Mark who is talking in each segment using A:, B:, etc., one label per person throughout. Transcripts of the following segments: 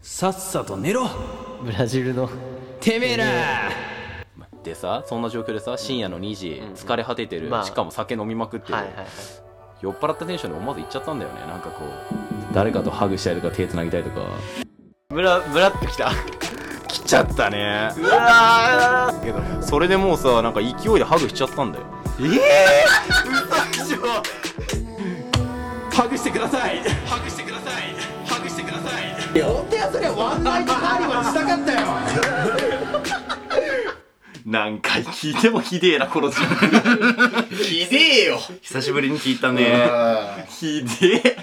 A: さっさと寝ろ
B: ブラジルの
A: てめえら
C: でさそんな状況でさ深夜の2時、
B: うんうん
C: 疲れ果ててる、
B: まあ
C: しかも酒飲みまくってる、
B: はいはいはい
C: 酔っ払ったテンションで思わず行っちゃったんだよねなんかこう誰かとハグしたいとか手つなぎたいとか
B: ブラブラっときた
C: 来ちゃったね
B: うわ
C: けどそれでもうさなんか勢いでハグしちゃったんだよ
A: ハグしてくださいハグしてくださいハグしてくださいいや本当やそれワンナイトハリマンしたかったよ
C: 何回聞いてもひでえなこの人
D: ひでえよ
C: 久しぶりに聞いたねひでえ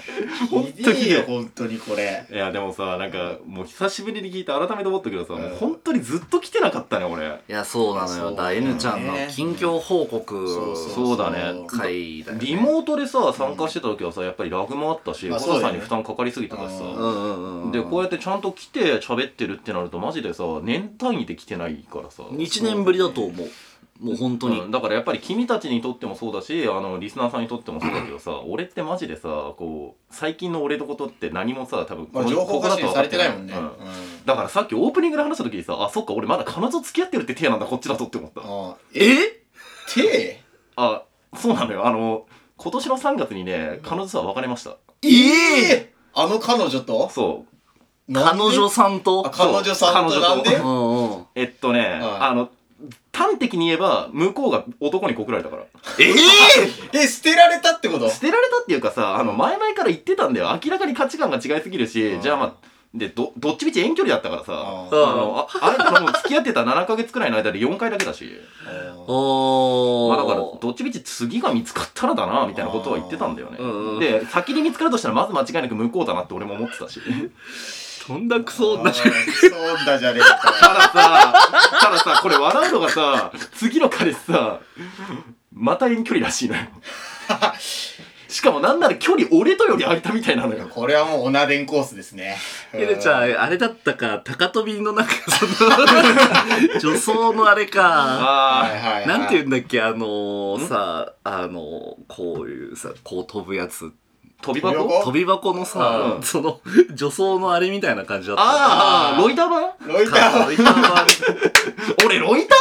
C: ほん
D: ひ
C: と
D: で
C: ひ
D: え
C: で
D: よ
C: え
D: 本当にこれ
C: いやでもさなんかもう久しぶりに聞いて改めて思ったけどさ、
D: ん
C: もう本当にずっと来てなかったね俺
E: いやそうなの
D: そう
E: よ
D: だ
E: だ
D: よ
E: N ちゃんの近況報
D: そう
E: 告
D: そう
C: そうだね
E: 会だよね
C: リモートでさ参加してた時はさやっぱりラグもあったし
D: まあ
C: コ
D: そう
C: ト
D: だ
C: さん
D: よね
C: に負担かかりすぎたから
D: う
E: う
C: さ
E: んうんうん
C: でこうや
E: っ
C: ってちゃんと来て喋ってるってなるとマジでさ年単位で来てないからさ
E: 1年ぶりだと思うもう本当
C: う
E: に
C: んだからやっぱり君たちにとってもそうだしあのリスナーさんにとってもそうだけどさ俺ってマジでさこう最近の俺のことって何もさ多分
D: まあ
C: この
D: 情報
C: ここだ
D: 発
C: と分か
D: 信され
C: って
D: ないもんね、
C: う
D: うん
C: だからさっきオープニングで話した時にさあそっか俺まだ彼女付き合ってるって手なんだこっちだとって思った
D: あ
E: え
D: 手
C: あそうなのよあの今年の3月にね彼女とは別れました
E: ええ
D: あの彼女と
C: そう
D: なん
E: 彼
D: で
E: 女さん
D: あ
E: と
D: 彼女さんとなんで
C: 彼女
E: うんうん
C: えっとね、
D: ん
C: あの、端的に言えば、向こうが男に告られたから。
D: え捨てられたってこと
C: 捨てられたっていうかさ、あの、前々から言ってたんだよ。明らかに価値観が違いすぎるし、
D: ん
C: じゃあまあ、で、ど、どっちみち遠距離だったからさ、
D: あ
C: あの、ああれからもう付き合ってた7ヶ月くらいの間で4回だけだし、
D: あ
E: お
C: ま
E: ー
C: あだから、どっちみち次が見つかったらだな、みたいなことは言ってたんだよね
E: うんうん。
C: で、先に見つかるとしたら、まず間違いなく向こうだなって俺も思ってたし。
E: とんだクソ
D: あーそうだじゃねえか
C: たださ、 たださ、これ笑うのがさ、次の彼氏さ、また遠距離らしいの よ。しかもなんなら距離俺とより空いたみたいなのよ。
D: これはもうオナデンコースですね
E: N ちゃんあれだったか高飛びのなんかその 女装のあれか
D: はい
C: あ
D: はい、はい、
E: なんて言うんだっけあのー、さあのー、こういうさこう飛ぶやつ
C: ー、飛び
D: 飛び
C: 箱
D: 箱
E: 飛び箱のさ、
C: うん
E: その女装のあれみたいな感じだった
C: あーあー、ロイター版
D: ロイター
E: かロイター版
C: 俺ロイター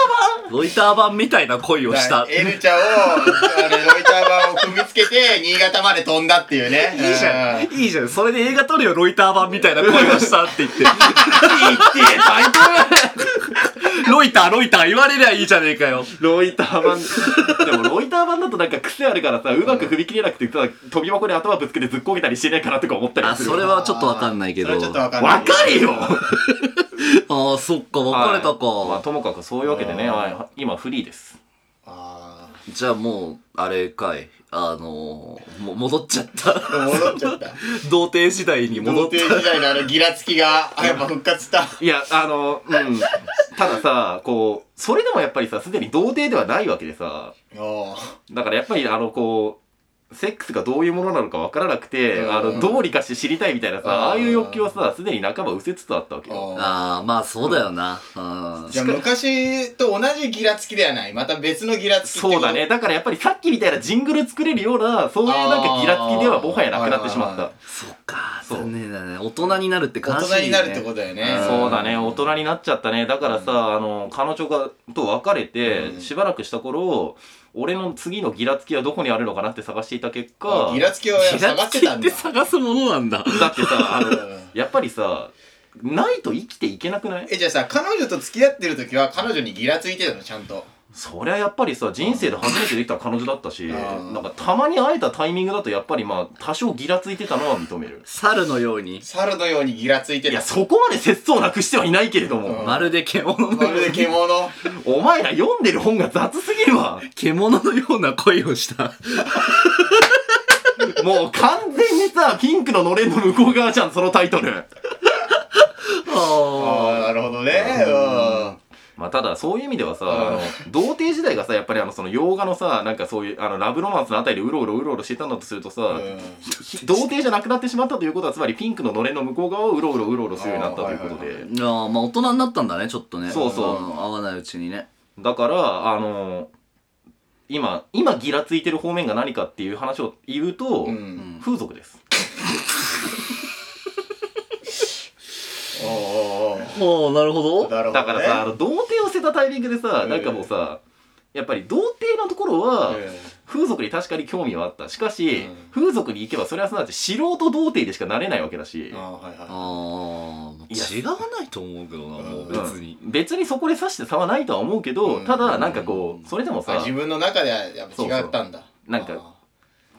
E: ロイター版みたいな恋をした。
D: エルちゃんを、あれ、ロイター版を踏みつけて、新潟まで飛んだっていうね。
E: いいじゃん。
D: う
E: いいじゃん。それで映画撮るよ、ロイター版みたいな恋をしたって言 って。
C: 版って言ってタイト
E: ロイター、ロイター言われりゃいいじゃねえかよ。
C: ルロイター版。でもロイター版だとなんか癖あるからさ、うまく踏み切れなくてさ、飛び箱で頭ぶつけてずっこけたりしてないかなとか思ったり
E: あ、
C: する。
E: それはちょっとわかんないけ
D: そ
E: ど。
D: れはちょっとわかんない。
C: わかるよ
E: ああ、そっか、別れたか。
C: はいまあ、ともかくそういうわけでね、
D: あー
C: はい今フリーです。
D: あ
E: じゃあもう、あれかい。あのー、もう戻っちゃった。
D: ー戻っちゃった。
E: 童貞時代に戻
D: 童
E: って。
D: 貞時代のあのギラつきが、 あやっぱ復活した。
C: いや、あの、うん。 たださ、こう、それでもやっぱりさ、すでに童貞ではないわけでさ、
D: おー
C: だからやっぱりあの、こう、セックスがどういうものなのかわからなくて、
D: うん
C: あの、どうにかして知りたいみたいな
D: うん
C: さ、ああいう欲求はさ、すでに半ば右折とあったわけよ。
D: おー
E: ああ、まあそうだよな。うん。
D: じゃあ昔と同じギラつきではない。また別のギラつきってこと
C: そうだね。。だからやっぱりさっきみたいなジングル作れるような、そういうなんかギラつきではもはやなくなってしまっ
D: あ
C: た。
E: そっか、
C: そう
E: 残念だね。大人になるって悲
D: 大
E: しい、ね。
D: 人になるってことだよね。
E: ー
C: そうだね。大人になっちゃったね。だからさ、あの、彼女が、と別れて
D: う、ん
C: しばらくした頃、俺の次のギラつきはどこにあるのかなって探していた結
D: あ
C: 果、
D: ギラつきを
E: 気が
D: 探して
E: つ
D: た
E: い
D: ん
E: て
D: だ。
E: 探すものなんだ。
C: だってさ、あの、
D: うん
C: やっぱりさ、ないと生きていけなくない
D: え、じゃあさ、彼女と付き合ってる時は彼女にギラついてたの、ちゃんと。
C: そりゃやっぱりさ、人生で初めてできた彼女だったし、
D: うん
C: なんかたまに会えたタイミングだとやっぱりまあ、多少ギラついてたのは認める。
E: 猿のように、
D: 猿のようにギラついて
C: い
D: た
C: や、。そこまで節操なくしてはいないけれども、
D: うん
E: まるで獣の
D: まるで獣。
C: お前ら読んでる本が雑すぎる わ。
E: 獣のような恋をした。
C: もう完全にさ、ピンクののれんの向こう側じゃん、そのタイトル。
E: ああ。
D: ああ、なるほどね。うん。
C: まあ、ただそういう意味ではさ、
D: ん
C: あの童貞時代がさやっぱりあのその洋画のさなんかそういうあのラブロマンスのあたりでうろうろうろうろしてたんだとするとさ、
D: う
C: ひ童貞じゃなくなってしまったということはつまりピンクののれんの向こう側をうろうろうろうろするようになったということ
D: あーはい
C: で
E: いやーまあ大人になったんだね、ちょっとね。
C: そうそうん
E: 合わないうちにね。
C: だからあの今今ギラついてる方面が何かっていう話を言うと、
D: ん。うん
C: 風俗です
D: お
E: ほう、なるほど。
D: なるほどね
C: だからさ、あの童貞を捨てたタイミングでさ、なんかもうさ、やっぱり童貞のところは、風俗に確かに興味はあった。しかし、
D: うん
C: 風俗に行けばそれはすなわち素人童貞でしかなれないわけだし
D: うん、あはいはい
E: ああ、
C: いや
E: 違わないと思うけどな、もう別に。
C: うん別にそこで刺して差はないとは思うけど、
D: うん
C: ただなんかこう、それでも
D: あ
C: さ
D: 自、分の中ではやっぱ違ったんだ
C: なんか
D: あ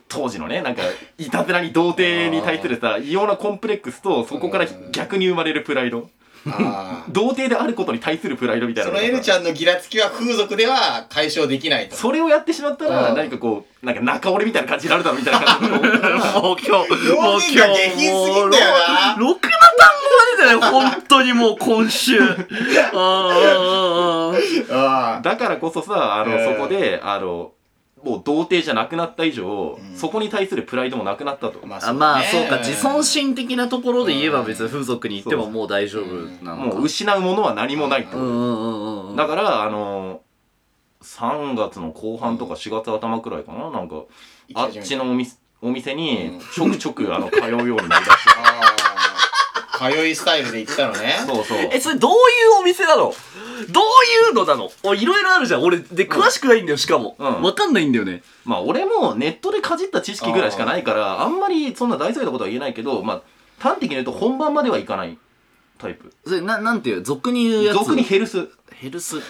C: 当時のね、なんか、いたずらに童貞に対するさ、異様なコンプレックスと、そこから
D: うん
C: 逆に生まれるプライド。
D: ーあー
C: 童貞であることに対するプライド みたいな
D: そ
C: の
D: の
C: がさ
D: L ちゃんのギラつきは風俗では解消できないと
C: それをやってしまった
D: う
C: ら、
D: ん
C: 何かこう、なんか中折れみたいな感じになるだろうみたいな感じの。
E: もう今日、もう今
D: 表現が下
E: 日、
D: 品すぎ
E: も
D: ん
E: う、
D: だよ
E: ろくな
D: な
E: 単語が出てない、本当にもう今週。 あーあー、あー
D: あ
C: だからこそさ、あの、
D: えー
C: そこで、あの、もう童貞じゃなくなった以上、
D: うん
C: そこに対するプライドもなくなったと。
D: あま
E: あまあ、そうか、
D: ね
E: 自尊心的なところで言えば別に風俗に行ってももう大丈夫なの
C: も
E: か。
C: う失うものは何もないと。
E: うんうんうんうん。
C: だから、あの、3月の後半とか4月頭くらいかな、なんか、あっちのお店、お店
D: うん
C: に、ちょくちょく、あの、通うようになりだ し
D: あー通いスタイルで行ったのね
C: た。そうそう。
E: え、それどういうお店なのどういうのなのおいろいろあるじゃん。俺、で、詳しくないんだよ、しかも。
C: うん
E: わかんないんだよね。
C: まあ、俺もネットでかじった知識ぐらいしかないから、あんまりそんな大それたことは言えないけど、まあ、端的に言うと本番まではいかないタイプ。
E: それ、な、なんていう、俗に言うやつ。
C: 俗にヘルス。
E: ヘルス。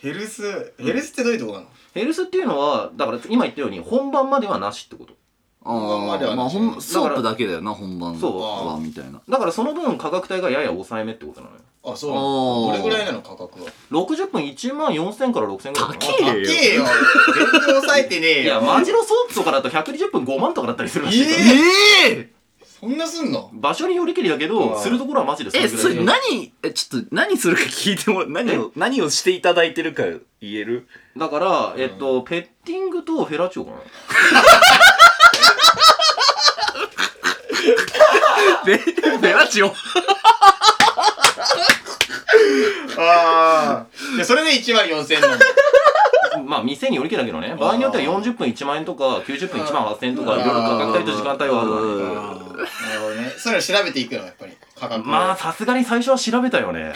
D: ヘルスヘルスってどういうとこなの
C: ヘルスっていうのは、だから今言ったように、本番まではなしってこと。
E: あ
D: 本番まで
E: ー
D: は
E: まあ、
D: なし
E: ほん、ソープだけだよな、本番
C: そう
E: は、みたいな。
C: だからその分価格帯がやや抑えめってことなのよ。
D: あそうなの
E: あ
D: ど
E: ー
D: れぐらいなの価格は
C: 60分1万4000から6000ぐらいかな。
E: 高
D: 高
E: えよ
D: えよ全然抑えてねえ
C: い
D: よ
C: や、マジのソープとかだと120分5万とかだったりするらしいから
D: え
C: ね。
E: え
D: そんなすんの
C: 場所によりけりだけど、
D: あー
C: するところはマジで
E: え
C: ぐ
E: え、そ
C: らい
E: れ
C: で。
E: 何、え、ちょっと何するか聞いても、何を、何をしていただいてるか言える
C: だから、えっと、ペッティングとフェラチオかな。
E: で、ベラチオ。
D: ああそれで1万4000なんだ
C: まあ店によりけりだけどね、場合によっては40分1万円とか、90分1万8000円とか、
D: うん
C: いろいろ価格帯と時間帯はあるわね。
D: なるほどねそれを調べていくのやっぱり価格を
C: まあさすがに最初は調べたよね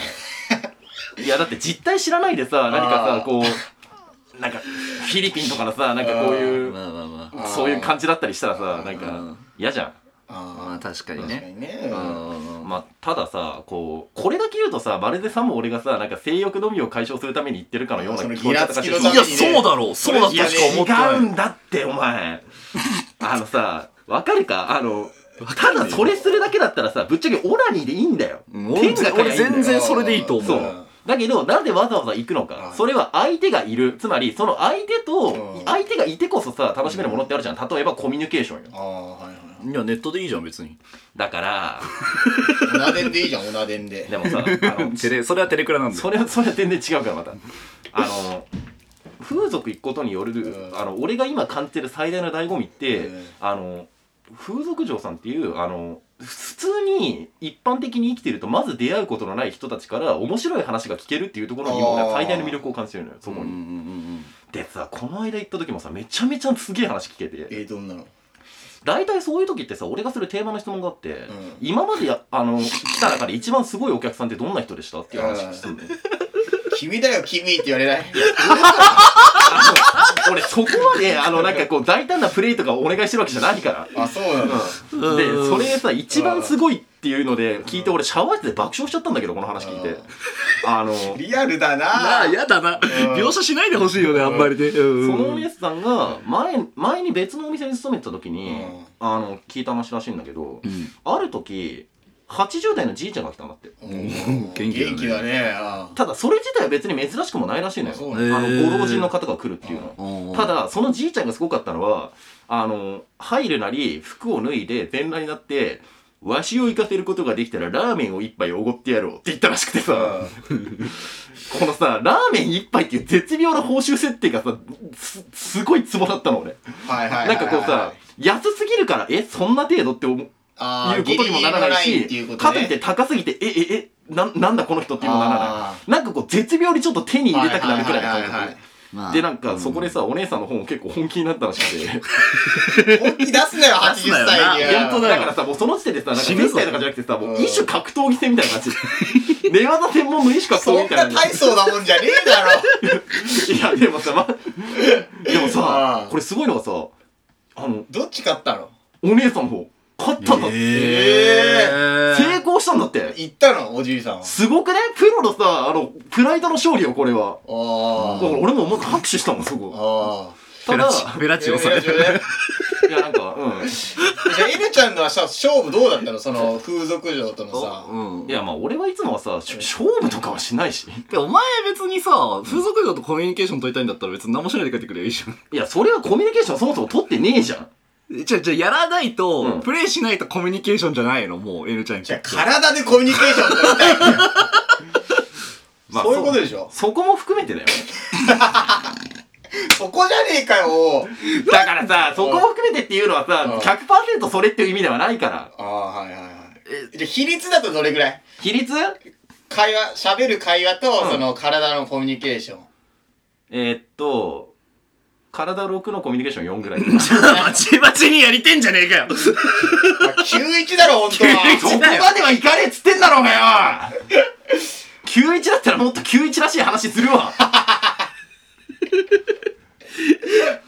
C: いやだって実態知らないでさ何か
D: あ
C: さ
D: ー
C: こうなんかフィリピンとかのさなんかこういう
E: まあまあまあ。
D: あー
C: そういう感じだったりしたらさなん
E: う
C: か
E: ん
C: 嫌じゃ
E: まあ、
D: あ
E: 確か
D: ー
E: に
D: 確か
E: ね。
D: にねうん
E: う
D: あ
E: ん。
C: ん
E: ま
C: まあたださこうこれだけ言うとさまるでさも俺がさなんか性欲のみを解消するために言ってるかのような
D: その
C: 聞こえ方
D: ギラつき
C: し
D: の
C: て
D: た
C: しま
E: あ、
C: う
E: いや、そうだろう。そうだと
C: い
E: し
C: や
E: か思って
C: 違
E: な
C: うん
E: い。
C: だってお前あのさわかるかあのただそれするだけだったらさぶっちゃけオナニーでいいんだよ
E: 俺
C: 手がかりゃいいんだよ
E: 全然それでいいと思う
C: そ
D: ん
C: う。だけど、なんでわざわざ行くの
D: は
C: か
D: い。
C: それは相手がいる。つまり、その相手
D: う
C: と
D: ん、
C: 相手がいてこそさ、楽しめるものってあるじゃん。例えばコミュニケーションよ。
D: ああはいはい
E: いや、ネットでいいじゃん、別に。
C: だから、
D: オナデンでいいじゃん、オナデンで。
C: でもさ、あの
E: テレ、それはテレクラなんだよ。
C: それは、それは全然違うから、また。あの、風俗行くことによる
D: う、ん
C: あの、俺が今感じてる最大の醍醐味って
D: うん、
C: あの、風俗嬢さんっていう、あの、普通に一般的に生きてると、まず出会うことのない人たちから面白い話が聞けるっていうところに今俺は最大の魅力を感じてるのよ、そこ
E: うんう
C: に。
E: んうん
C: でさこの間行った時もさめちゃめちゃすげえ話聞けて
D: えー、どんなの
C: 大体そういう時ってさ俺がする定番の質問があって、
D: ん
C: 今までやあの来た中で一番すごいお客さんってどんな人でしたっていう話してんだよ
D: 君だよ、君って言われない。
C: 俺そこまであのなんかこう大胆なプレイとかお願いしてるわけじゃないから
D: あ、そうなの。
C: うんでそれさ一番すごいっていうので聞いて俺シャワー室で爆笑しちゃったんだけどこの話聞いてあの
D: リアルだな
E: なあ、やだな。描写しないでほしいよね、あんまりね。うん
C: そのお姉さんが前前に別のお店に勤めてた時に、
D: うん
C: あの聞いた話らしいんだけど、
E: ん
C: ある時80代のじいちゃんが来たんだって
D: う
E: 元
D: ん
E: 気だね
D: 元気だね。あ
C: ただそれ自体は別に珍しくもないらしいのよ
D: あ
C: あ
D: そ
C: の
D: うな
E: の
C: ご老人の方が来るっていうのは
E: うん
C: ただそのじいちゃんがすごかったのはあの入るなり服を脱いで全裸になってわしを行かせることができたらラーメンを一杯おごってやろうって言ったらしくて
D: あ
C: さ、このさラーメン一杯っていう絶妙な報酬設定がさすすごいツボだったの俺
D: はいはいはいはい。
C: なんかこうさ、安すぎるから、え、そんな程度って思う
D: あー、
C: いうことにもならない
D: ギリ
C: し、
D: ギリのラインっていうこと
C: かと
D: ね
C: いって高すぎて、え、え、え、なんなんだこの人っていうのもなら
D: あ
C: ない。なんかこう、絶妙にちょっと手に入れたくなるくらいの
D: はい
C: 感
D: はいはいはい
C: 覚。
E: まあ
C: でなんかそこでさ、お姉さんの方も結構本気になったらしくて
D: 本気出すなよ、80
E: 出すなよな
D: 歳に
E: いや
D: は。
E: 本当だよ
C: だからさもうその時点でさなんか
E: 死ぬ
C: 全
E: ぞ
C: 体とかじゃなくてさもう異種格闘技戦みたいな感じ寝技専門の異種格
D: そ
C: 闘技
D: ん
C: みた
D: ない
C: な
D: 大層なもんじゃねえだ
C: い
D: ろ。
C: やでもさ、ま、でも
D: あ
C: さ
D: ー
C: これすごいのがさあの
D: どっち勝ったの
C: お姉さんの方勝ったんだって、
E: え
C: 成功したんだって
D: 行ったのおじいさんは。
C: すごくねプロのさあのプライドの勝利よこれはだから
D: あ
C: 俺もまず拍手したもんそ
D: あ。
C: こ
D: ああ。
C: た
E: ペ
C: だ
E: ラチペラチオされ
D: えーじゃあね
C: いやなんかうん
D: じゃあ、エルちゃんのはさ、勝負どうだったのその、風俗嬢とのさ。
E: うん
C: いやまあ俺はいつもはさし勝負とかはしないし
E: でお前別にさ風俗嬢とコミュニケーション取りたいんだったら別に何もしないで帰ってくれよいいじ ゃん
C: いやそれはコミュニケーションそもそも取ってねえじゃん
E: じゃあじゃあやらないと、
C: うん
E: プレイしないとコミュニケーションじゃないのもう N ちゃんに
D: じ
E: と
D: ゃ
E: っ
D: あ、
E: て
D: 体でコミュニケーション取りたいのよ。
C: まあ
D: そういうことでしょ
C: そこも含めてだよ
D: そこじゃねえかよ。
C: だからさ、そこも含めてっていうのは
D: うん
C: さ、100%それっていう意味ではないから。
D: ああ、はいはいはい。じゃあ、比率だとどれぐらい
C: 比率
D: 会話、喋る会話と、
C: うん
D: その、体のコミュニケーション。
C: えーっと、体6のコミュニケーション4ぐらい。
E: バチバチにやりてんじゃねえかよ
D: まあ91だろ、本当
C: そ
D: は。
C: こまではいかねえっつってんだろうがよ91だったらもっと91らしい話するわ。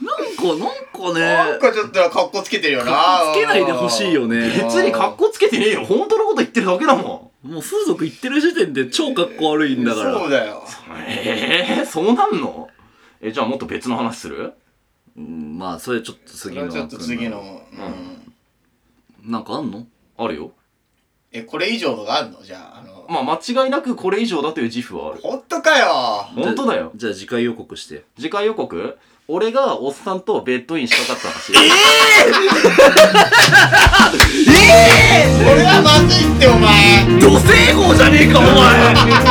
E: なんかなんか
D: な
E: ね
D: んかちょっと、格好つけてるよな。
E: つけないでほしいよ
C: 別
E: ね
C: に格好つけてねえよ。本当のこと言ってるだけだも
E: もう風俗行ってる時点で超格好悪いんだから
D: そうだよ。
C: ん。ええー、そうなんのえ、じゃあもっと別の話する
E: うんまあそれちょっと
D: そ
E: 次
D: れは
E: の
D: ちょっと次の。うん。
E: なんかあんの
C: あるよ。
D: え、これ以上のがあるのじゃあ、あの、
C: まあ間違いなくこれ以上だという自負はある。
D: ほんとかよ。
C: 本当だよ。
E: じゃあ次回予告して
C: 次回予告俺がおっさんとベッドインしたかった話。
D: これはまずいって、お前。
E: 土星号じゃねえかお前